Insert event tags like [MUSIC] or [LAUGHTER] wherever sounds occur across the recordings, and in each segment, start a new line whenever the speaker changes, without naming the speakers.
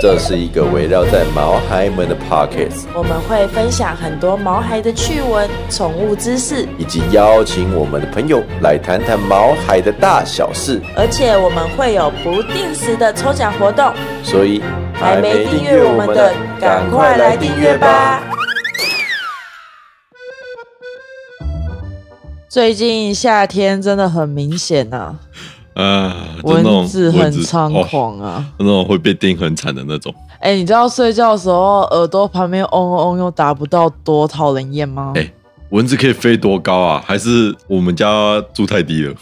这是一个围绕在毛孩们的 Pockets，
我们会分享很多毛孩的趣闻、宠物知识，
以及邀请我们的朋友来谈谈毛孩的大小事。
而且我们会有不定时的抽奖活动。
所以
还没订阅我们的，赶快来订阅吧！！最近夏天真的很明显啊，
啊，就那种
蚊子很
蚊子
猖，
哦
狂啊。
那种会被叮很惨的那种。
哎、你知道睡觉的时候耳朵旁边嗡嗡嗡又打不到，多讨人厌吗？
哎蚊子可以飞多高啊？还是我们家住太低了？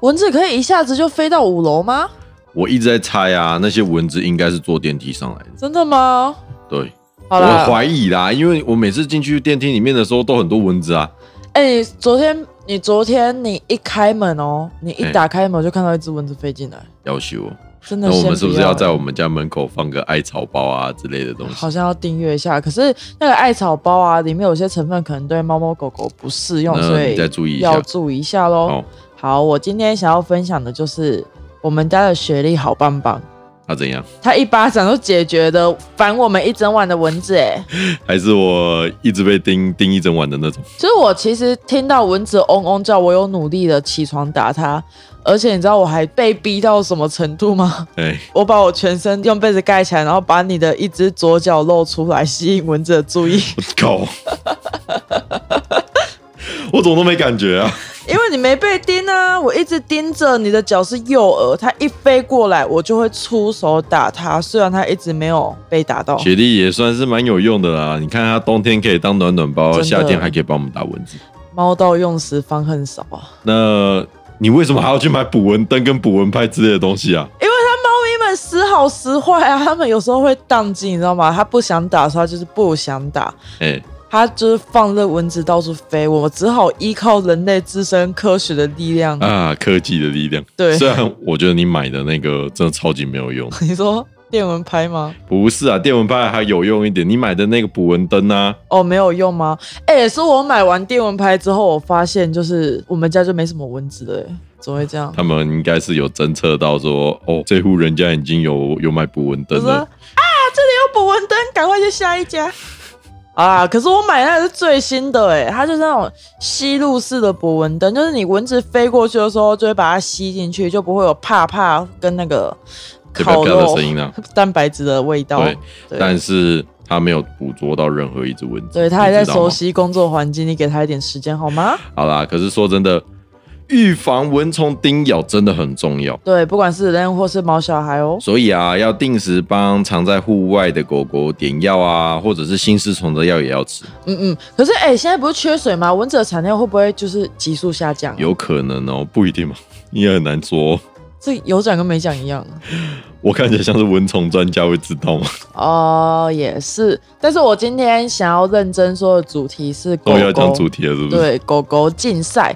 蚊子可以一下子就飞到五楼吗？
我一直在猜啊，那些蚊子应该是坐电梯上来的。
真的吗？
对，
好
我
啦，
怀疑啦，因为我每次进去电梯里面的时候都很多蚊子啊。
哎、你昨天你昨天你一开门哦，你一
哎
打开门就看到一只蚊子飞进来，
要求我，
真的。
那我们是
先
不
不
是要
要
在我们家门口放个艾草包啊之类的东西
好？像要订阅一下，可是那个艾草包啊，里面有些成分可能对猫猫狗狗不适用，
那
所以
你再注意一下
要注意一下喽。
哦，
好，我今天想要分享的就是我们家的雪莉好棒棒，
那怎样？
它一巴掌就解决的烦我们一整晚的蚊子、哎，
还是我一直被叮叮一整晚的那种？
就是我其实听到蚊子嗡嗡叫，我有努力的起床打它，而且你知道我还被逼到什么程度吗？ [LAUGHS]
哎，
我把我全身用被子盖起来，然后把你的一只左脚露出来，吸引蚊子的注意，
我靠！ [LAUGHS] 我怎么都没感觉啊！
因为你没被叮啊，我一直盯着你的脚是右耳，它一飞过来，我就会出手打它，虽然它一直没有被打到。
雪莉也算是蛮有用的啦。你看它冬天可以当暖暖包，
真的
夏天还可以帮我们打蚊子。
猫到用时方恨少啊，
那你为什么还要去买捕蚊灯跟捕蚊拍之类的东
[LAUGHS]
西啊？
因为它猫咪们时好时坏啊，它们有时候会宕机，你知道吗？它不想打的时候，它就是不想打。
哎、
它就是放任蚊子到处飞，我们只好依靠人类自身科学的力量。
啊，科技的力量。
对
虽然我觉得你买的那个真的超级没有
[LAUGHS]
用，
你说电蚊拍吗？
不是啊，电蚊拍还有用一点。你买的那个捕蚊灯啊，
哦，没有用吗？哎、是我买完电蚊拍之后，我发现就是我们家就没什么蚊子了、哎怎么会这样？
他们应该是有侦测到说，哦，这户人家已经有有买捕蚊
我
灯
说
了
啊，。这里有捕蚊灯，赶快去下一家。 [LAUGHS] 啊！可是我买那个是最新的哎、它就是那种吸入式的捕蚊灯，就是你蚊子飞过去的时候，就会把它吸进去，就不会有怕怕跟那个
这边
烤
飘的
肉
声音啊
[LAUGHS] 蛋白质的味道。
对，
对
但是他没有捕捉到任何一只蚊子，
对，它还在
你知道吗
熟悉工作环境，你给它一点时间好吗？ [LAUGHS]
好啦，可是说真的，预防蚊虫叮咬真的很重要。
对，不管是人或是毛小孩哦。
所以啊，要定时帮常在户外的狗狗点药啊，或者是新丝虫的药也要吃，
嗯嗯，可是哎、欸现在不是缺水吗？蚊子的产量会不会就是急速下降、啊？
有可能哦，不一定嘛， [LAUGHS] 你也很难说哦、
这有奖跟没奖一样
我看起来像是蚊虫专家会知道
[LAUGHS]
吗？
哦，也是。但是我今天想要认真说的主题是
终
狗狗，
于要哦讲主题了，是不是？
对狗狗竞赛。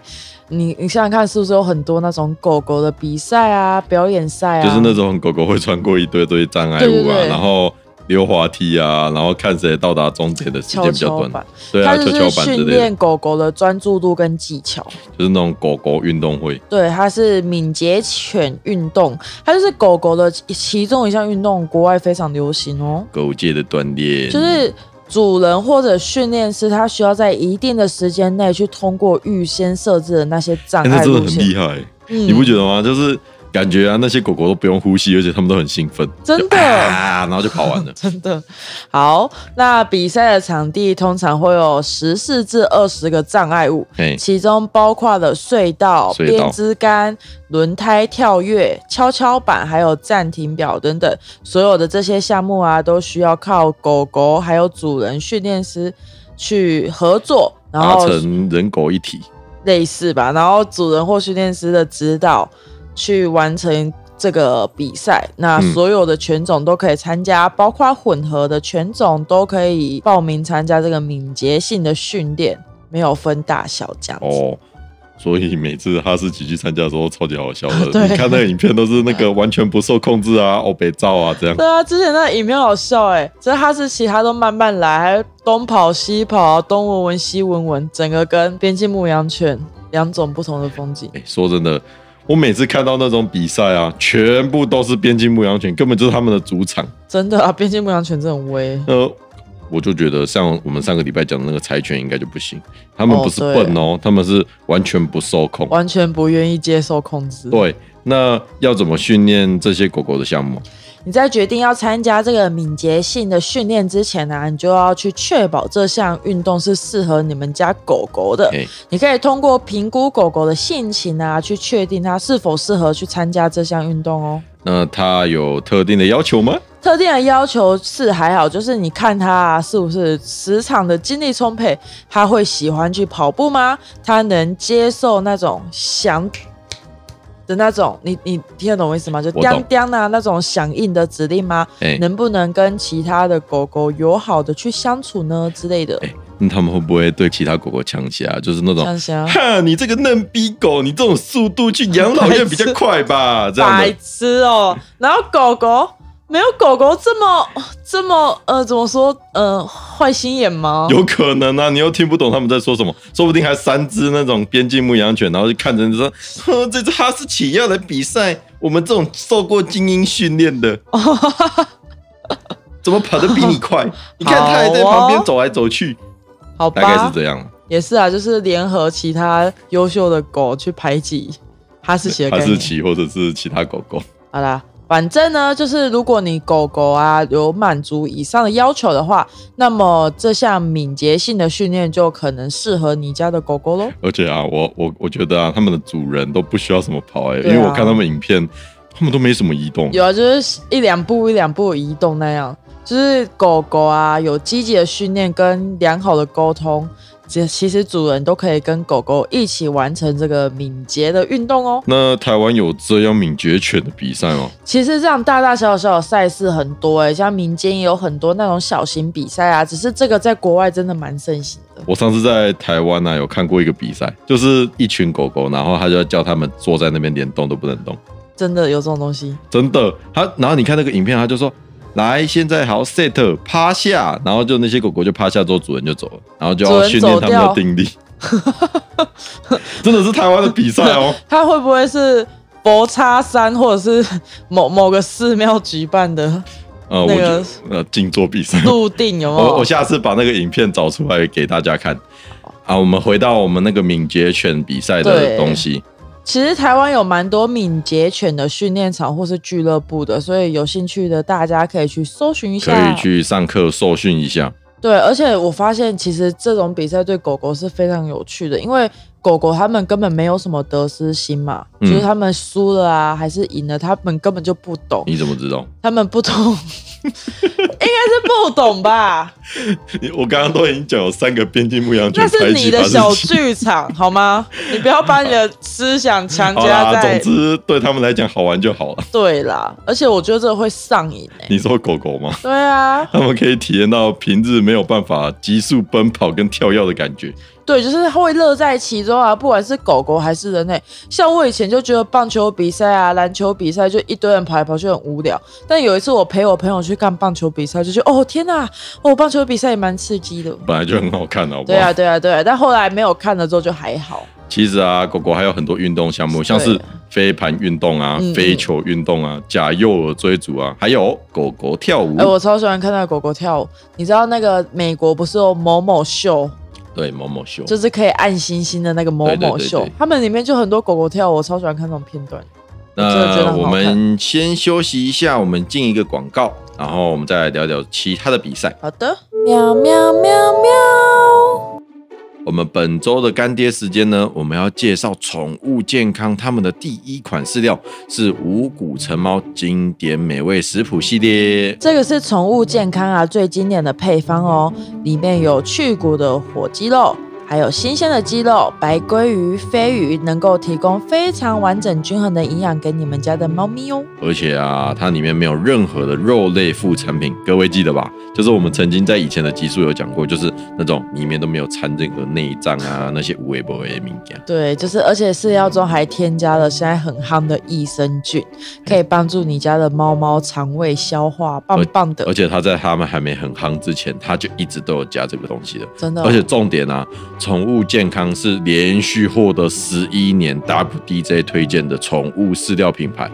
你你想想看，是不是有很多那种狗狗的比赛啊、表演赛啊？
就是那种狗狗会穿过一堆堆障碍物啊，
对对对
然后溜滑梯啊，然后看谁到达终点的时间
跷
比较
跷
短。
板，
对啊，
它
跷
就
跷
是
板之
训
类的，
练狗狗的专注度跟技巧。
就是那种狗狗运动会。
对，它是敏捷犬运动，它就是狗狗的其其中一项运动，国外非常流行哦。
狗界的锻炼
就是主人或者训练师，他需要在一定的时间内去通过预先设置的那些障
欸那
碍
真的
路
很
线。
厉害，
嗯
你
[LAUGHS]
不觉得吗？就是感觉啊，那些狗狗都不用呼吸，而且它们都很兴奋，
真的。
啊，然后就跑完了
[LAUGHS] 真的好，那比赛的场地通常会有十四至二十个障碍物，
嘿，
其中包括了隧道、
嗯隧道
编织杆、轮胎跳跃、跷跷板，还有暂停表等等。所有的这些项目啊，都需要靠狗狗还有主人训练师去合作，然
达
后
成人狗一体，
类似吧，然后主人或训练师的指导去完成这个比赛。那
嗯
所有的犬种都可以参加，包括混合的犬种都可以报名参加这个敏捷性的训练，没有分大小这样子。
哦。所以每次哈士奇去参加的时候，超级好笑的。
[LAUGHS] 对
你看那个影片都是那个完全不受控制啊， [LAUGHS] 哦北照啊这样。
对啊，之前那个影片好笑哎、欸，这哈士奇它都慢慢来，还东跑西跑，东闻闻西闻闻，整个跟边境牧羊犬两种不同的风景。
哎、说真的，我每次看到那种比赛啊，全部都是边境牧羊犬，根本就是他们的主场。
真的啊，边境牧羊犬真的很威。
呃，我就觉得像我们上个礼拜讲的那个柴犬应该就不行，他们
哦
不是
对
笨哦，他们是完全不受控。
完全不愿意接受控制。，
对，那要怎么训练这些狗狗的项目？
你在决定要参加这个敏捷性的训练之前呢、你就要去确保这项运动是适合你们家狗狗的。
哎、
你可以通过评估狗狗的性情啊，去确定它是否适合去参加这项运动哦。
那它有特定的要求吗？
特定的要求是还好，就是你看它啊，是不是时常的精力充沛，它会喜欢去跑步吗？它能接受那种响的那种，你你听得懂我意思吗？就
我懂
叮叮啊那种响应的指令吗？
哎、
能不能跟其他的狗狗友好的去相处呢
哎
之类的？
那他们会不会对其他狗狗呛起来？就是那种
呛起来
哈，你这个嫩逼狗，你这种速度去养老院比较快吧？ [LAUGHS] 这样
白
的，
痴哦、然后狗狗没有狗狗这么这么呃怎么说呃坏心眼吗？
有可能啊，你又听不懂他们在说什么，说不定还三只那种边境牧羊犬，然后就看着你说，呵，这只哈士奇要来比赛，我们这种受过精英训练
[LAUGHS]
的。怎么跑得比你快？你看它还在旁
哦
边走来走去，
好
大概
吧
是，这样。
也是啊，就是联合其他优秀的狗去排挤哈士奇的概
哈
念。
士奇或者是其他狗狗，
好啦，反正呢，就是如果你狗狗啊有满足以上的要求的话，那么这项敏捷性的训练就可能适合你家的狗狗喽。
而且啊，我我我觉得啊，他们的主人都不需要什么跑哎、
对啊
因为我看他们影片，他们都没什么移动。
有啊，就是一两步一两步移动那样，就是狗狗啊，有积极的训练跟良好的沟通，其其实主人都可以跟狗狗一起完成这个敏捷的运动哦。
那台湾有这样敏捷犬的比赛吗？
其实这样大大小小的赛事很多诶、像民间也有很多那种小型比赛啊，只是这个在国外真的蛮盛行的。
我上次在台湾呢、有看过一个比赛，就是一群狗狗，然后他就叫他们坐在那边连动都不能动，
真的有这种东西，
真的。他然后你看那个影片，他就说来，现在好 set 趴下，然后就那些狗狗就趴下之后，主人就走了，然后就要训练他们的定力。真的是台湾的比赛哦，
[LAUGHS] 它会不会是博叉山或者是某某个寺庙举办的
呃，我
那
觉
个
得呃静坐比
[LAUGHS]
赛，
入定？有没有？
哦我我下次把那个影片找出来给大家看。啊，我们回到我们那个敏捷犬比赛的
对
东西，
其实台湾有蛮多敏捷犬的训练场或是俱乐部的，所以有兴趣的大家可以去搜寻一
可
下。
以去上课受训一下。
对，而且我发现其实这种比赛对狗狗是非常有趣的，因为狗狗它们根本没有什么得失心嘛，
嗯
就是它们输了啊还是赢了，它们根本就不懂，
你怎么知道？
它们不懂， [LAUGHS] 应该是不
[LAUGHS]
懂吧？
你我刚刚都已经讲有三个边境牧羊犬
那
排
是
挤
你
哈
的
士
小
奇
剧场好吗？你不要把你的
[LAUGHS]
思想强
好
加
啦，
在
总之对他们来讲好玩就好了。
对啦，而且我觉得这个会上瘾哎、
你说狗狗吗？ [LAUGHS]
对啊，
他们可以体验到平日没有办法急速奔跑跟跳跃的感觉。
对，就是它会乐在其中啊，不管是狗狗还是人类。像我以前就觉得棒球比赛啊、篮球比赛就一堆人跑来跑去很无聊，但有一次我陪我朋友去看棒球比赛，就觉得哦天呐，哦棒球比赛也蛮刺激的。
本来就很好看，好不
对
好？
啊，对啊，对啊，但后来没有看了之后就还好。
其实啊，狗狗还有很多运动项目，像是飞盘运动啊、
嗯嗯
飞球运动啊、假诱饵追逐啊，还有狗狗跳舞。
哎、我超喜欢看那个狗狗跳舞。你知道那个美国不是有某某秀，
对，某某秀。
就是可以按星星的那个某
对对
某
对
秀，
对
他们里面就很多狗狗跳舞，我超喜欢看那种片段。我真的觉得
那
很好
我们先休息一下，我们进一个广告，然后我们再来聊聊其他的比赛。
好的，喵喵喵喵，
我们本周的干爹时间呢，我们要介绍宠物健康他们的第一款饲料是五谷橙猫经典美味食谱系列。
这个是宠物健康啊最经典的配方哦，里面有去骨的火鸡肉、还有新鲜的鸡肉、白鲑鱼、飞鱼，能够提供非常完整均衡的营养给你们家的猫咪哦。
而且啊，它里面没有任何的肉类副产品，各位记得吧？就是我们曾经在以前的集数有讲过，就是那种里面都没有掺任何内脏啊，那些无微不微的名啊家。
对，就是而且饲料中还添加了现在很夯的益生菌，可以帮助你家的猫猫肠胃消化，棒棒的。
而且它在它们还没很夯之前，它就一直都有加这个东西的。
真的、哦，
而且重点啊，宠物健康是连续获得十一年 WDJ 推荐的宠物饲料品牌，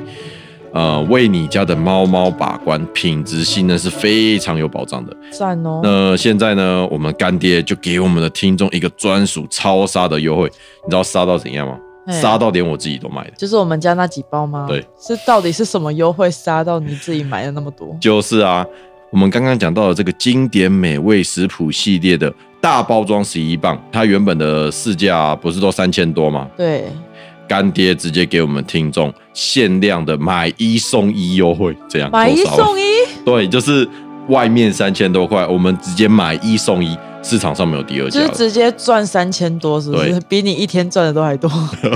呃，为你家的猫猫把关，品质信任是非常有保障的。
赞哦！
那现在呢，我们干爹就给我们的听众一个专属超杀的优惠，你知道杀到怎样吗？
哎
杀到连我自己都买了。
就是我们家那几包吗？
对，
是到底是什么优惠杀到你自己买了那么多？
就是啊，我们刚刚讲到的这个经典美味食谱系列的大包装十一磅，它原本的市价、不是都三千多吗？
对，
干爹直接给我们听众限量的买一送一优惠，这样
买一
多少啊
送一，
对，就是外面三千多块，我们直接买一送一，市场上没有第二家
就是
了。
直接赚三千多，是不是
对？
比你一天赚的都
[LAUGHS]
还多。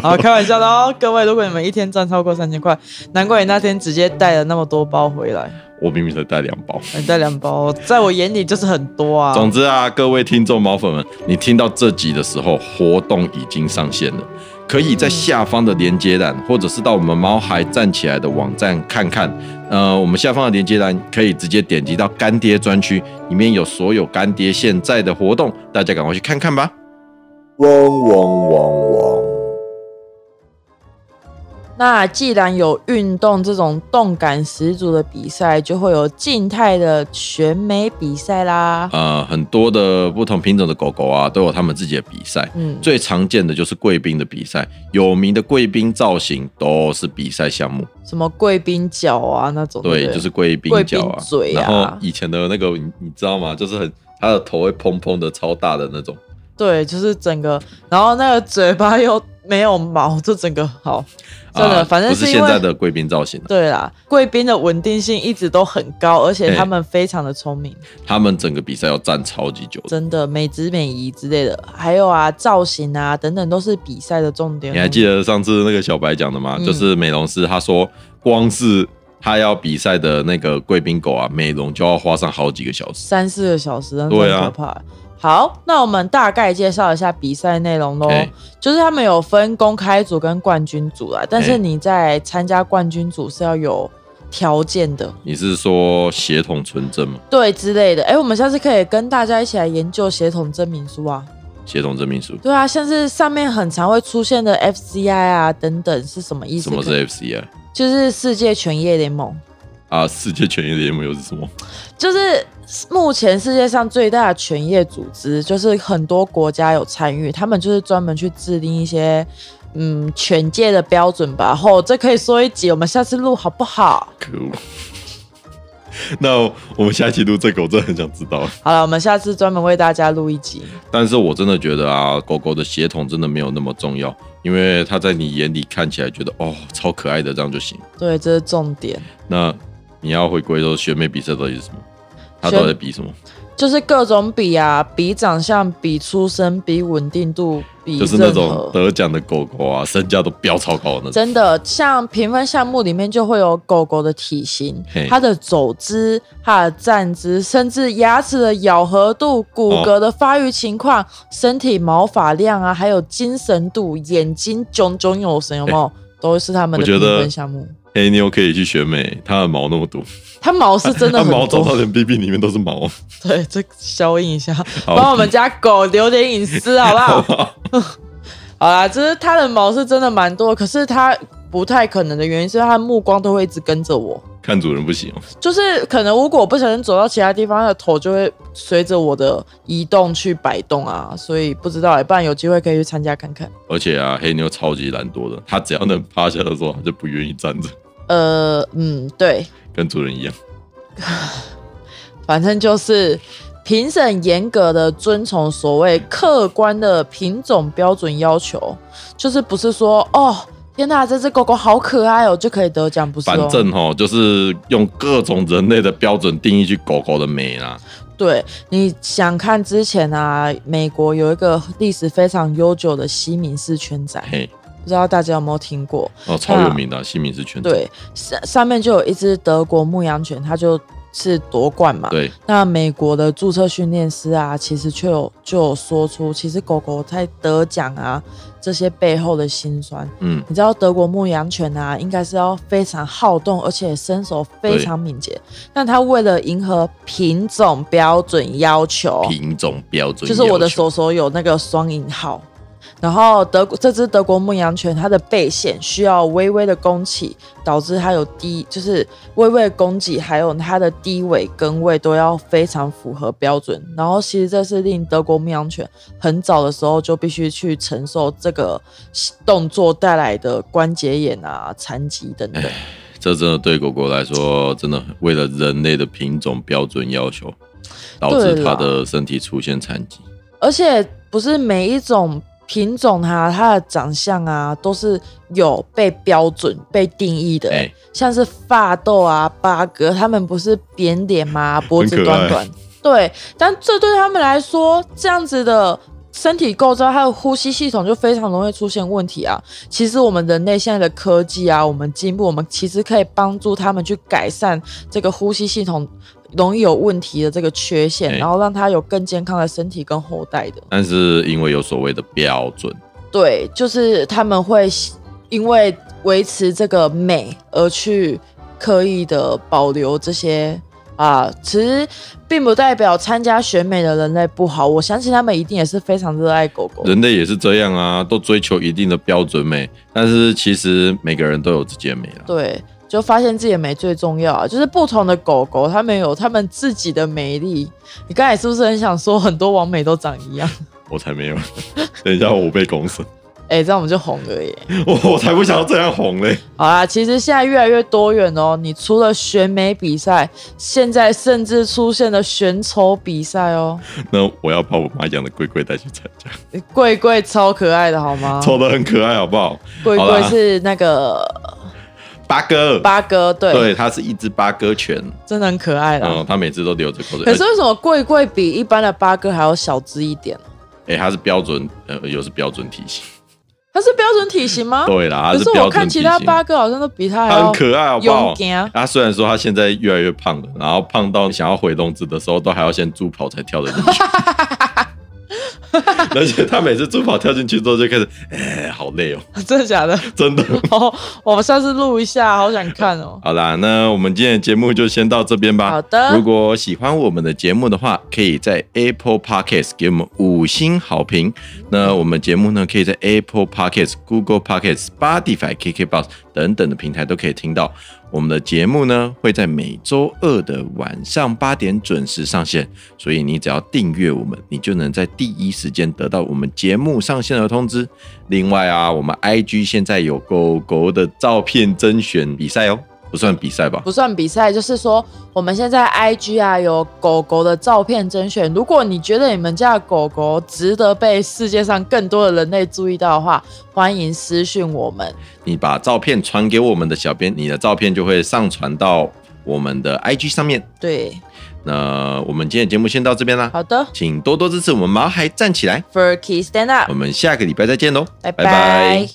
好，开玩笑的哦，各位，如果你们一天赚超过三千块，难怪你那天直接带了那么多包回来，
我明明才带两包。
你带两包，在我眼里就是很多啊。
总之啊，各位听众毛粉们，你听到这集的时候，活动已经上线了，可以在下方的连接栏，或者是到我们毛孩站起来的网站看看。呃，我们下方的连接栏可以直接点击到干爹专区，里面有所有干爹现在的活动，大家赶快去看看吧。
嗡嗡嗡嗡。
那既然有运动这种动感十足的比赛，就会有静态的选美比赛啦。
呃，很多的不同品种的狗狗啊，都有他们自己的比赛。
嗯，
最常见的就是贵宾的比赛，有名的贵宾造型都是比赛项目。
什么贵宾角啊那种，
对，
不
就是贵宾
贵宾
角啊，
嘴啊
然后以前的那个你你知道吗？就是很它的头会蓬蓬的，超大的那种。
对，就是整个，然后那个嘴巴又没有毛，就整个好，真的，
啊
反正
不是
因
现在
为。
的贵宾造型了、
对啦，贵宾的稳定性一直都很高，而且
哎
他们非常的聪明，
他们整个比赛要站超级久的。
真的美姿美仪之类的，还有啊造型啊等等都是比赛的重点哦。
你还记得上次那个小白讲的吗？
嗯
就是美容师他说，光是他要比赛的那个贵宾狗啊，美容就要花上好几个小时。
三四个小时，真的
对
很
啊
可怕。好，那我们大概介绍一下比赛内容喽。
哎
就是他们有分公开组跟冠军组啦，但
哎
是你在参加冠军组是要有条件的，
你是说血统纯正吗？
对之类的。哎、我们下次可以跟大家一起来研究血统证明书啊。
血统证明书？
对啊，像是上面很常会出现的 FCI 啊等等是什么意思？
什么是 FC 啊？
就是世界拳业联盟，
啊，世界权益联盟又是什么？
就是目前世界上最大的拳业组织，就是很多国家有参与，他们就是专门去制定一些嗯犬界的标准吧。吼，这可以说一集，我们下次录好不好？
可恶！那我们下期录这个，我真的很想知道。
好了，我们下次专门为大家录一集。
但是我真的觉得啊，狗狗的血统真的没有那么重要，因为它在你眼里看起来觉得哦超可爱的，这样就行。
对，这是重点，
那你要回归说学妹比赛到底是什么？它到底在比什么？
就是各种比啊，比长相，比出身，比稳定度，比
就是那
任
种
何。
得奖的狗狗啊，身价都飙超高的那种。
真的，像评分项目里面就会有狗狗的体型
嘿、
它的走姿、它的站姿，甚至牙齿的咬合度、骨骼的发育情况、身体毛发量啊，还有精神度、眼睛炯炯有神，有没有？都是他们
我
的
觉
评
得
分项目。
黑妞可以去学妹，它的毛那么多，
它毛是真
[LAUGHS]
的
它
很
毛长到
多，
连 BB 里面都是毛。
对，这消音一下，
[LAUGHS] 好
帮我们家狗留点隐私，好不好？
[LAUGHS] 好
好啦，就是它的毛是真的蛮多，可是它不太可能的原因是它的目光都会一直跟着我。
看主人不行哦。
就是可能如果我不小心走到其他地方，它的头就会随着我的移动去摆动啊，所以不知道欸，不然有机会可以去参加看看。
而且啊，黑妞超级懒惰的，它只要能趴下的时候，它就不愿意站着， [LAUGHS]
呃，嗯，对，
跟主人一样。
反正就是评审严格的遵从所谓客观的品种标准要求，就是不是说哦，天哪，这只狗狗好可爱哦就可以得奖，不是
反
哦？
正哦，就是用各种人类的标准定义去狗狗的美啦。
对，你想看之前啊，美国有一个历史非常悠久的西敏寺圈仔，
嘿，
不知道大家有没有听过？
哦，超有哎名的、啊、西敏寺圈仔，
对，上上面就有一只德国牧羊犬，它就是夺冠嘛。
对，
那美国的注册训练师啊，其实就有就有说出，其实狗狗在得奖啊这些背后的辛酸。
嗯，
你知道德国牧羊犬啊，应该是要非常好动，而且身手非常敏捷。但它为了迎合品种标准要求，
品种标准
就是我的
要求
手手有那个双引号。然后德国这只德国牧羊犬，它的背线需要微微的弓起，导致它有低，就是微微的弓起，还有它的低尾跟位都要非常符合标准。然后其实这是令德国牧羊犬很早的时候就必须去承受这个动作带来的关节炎啊、残疾等
哎
等。
这真的对狗狗来说，真的为了人类的品种标准要求，导致
对
它
啦
的身体出现残疾。
而且不是每一种品种它它的长相啊都是有被标准、被定义的、
哎、
像是发豆啊、八哥，他们不是扁脸吗？脖子短
很
短，对。但这对他们来说，这样子的身体构造还有呼吸系统就非常容易出现问题啊。其实我们人类现在的科技啊，我们进步，我们其实可以帮助他们去改善这个呼吸系统容易有问题的这个缺陷，
哎
然后让他有更健康的身体跟后代的。
但是因为有所谓的标准，
对，就是他们会因为维持这个美而去刻意的保留这些啊，其实并不代表参加选美的人类不好，我相信他们一定也是非常热爱狗狗。
人类也是这样啊，都追求一定的标准美，但是其实每个人都有自己的美啦。啊
对，就发现自己的美最重要啊，就是不同的狗狗，它们有它们自己的美丽。你刚才是不是很想说很多王美都长一样？ [LAUGHS]
我才没有， [LAUGHS] 等一下我被公审，
哎、这样我们就红了耶！
[LAUGHS] 我我才不想要这样红嘞。
好啦，其实现在越来越多元哦。你除了选美比赛，现在甚至出现了选丑比赛哦。
那我要把我妈养的龟龟带去参加，
贵贵超可爱的好吗？
丑的很可爱，好不好？
贵
好
贵
啦
是那个
八哥，
八哥，对，
对，它是一只八哥犬，
真的很可爱啦。
嗯，它每次都流着口水。
可是为什么贵贵比一般的八哥还要小只一点？
哎、它是标准，呃，又是标准体型。
它是标准体型吗？
对啦，它
可是
标
我
准
看
体
其
型。
他八哥好像都比它还
它
要
很可爱，好不好
哎勇？敢
它虽然说它现在越来越胖了，然后胖到想要回笼子的时候，都还要先助跑才跳得进
[LAUGHS]
去。而且它每次助跑跳进去之后，就开始，哎、好累哦，
[LAUGHS] 真的假的？
真的。
哦，我们下次录一下，好想看哦。
好啦，那我们今天的节目就先到这边吧。
好的
如果喜欢我们的节目的话，可以在 Apple Podcast 给我们五星好评。那我们节目呢，可以在 Apple Podcast、Google Podcast、Spotify、KKBox 等等的平台都可以听到。我们的节目呢，会在每周二的晚上八点准时上线，所以你只要订阅我们，你就能在第一时间得到我们节目上线的通知。另外啊，我们 IG 现在有狗狗的照片甄选比赛哦，不算比赛吧？
不算比赛，就是说我们现在 IG 啊有狗狗的照片甄选，如果你觉得你们家的狗狗值得被世界上更多的人类注意到的话，欢迎私讯我们。
你把照片传给我们的小编，你的照片就会上传到我们的 IG 上面。
对，
那我们今天的节目先到这边啦，
好的
请多多支持我们毛孩站起来，
，Furky Stand Up，
我们下个礼拜再见喽，
拜拜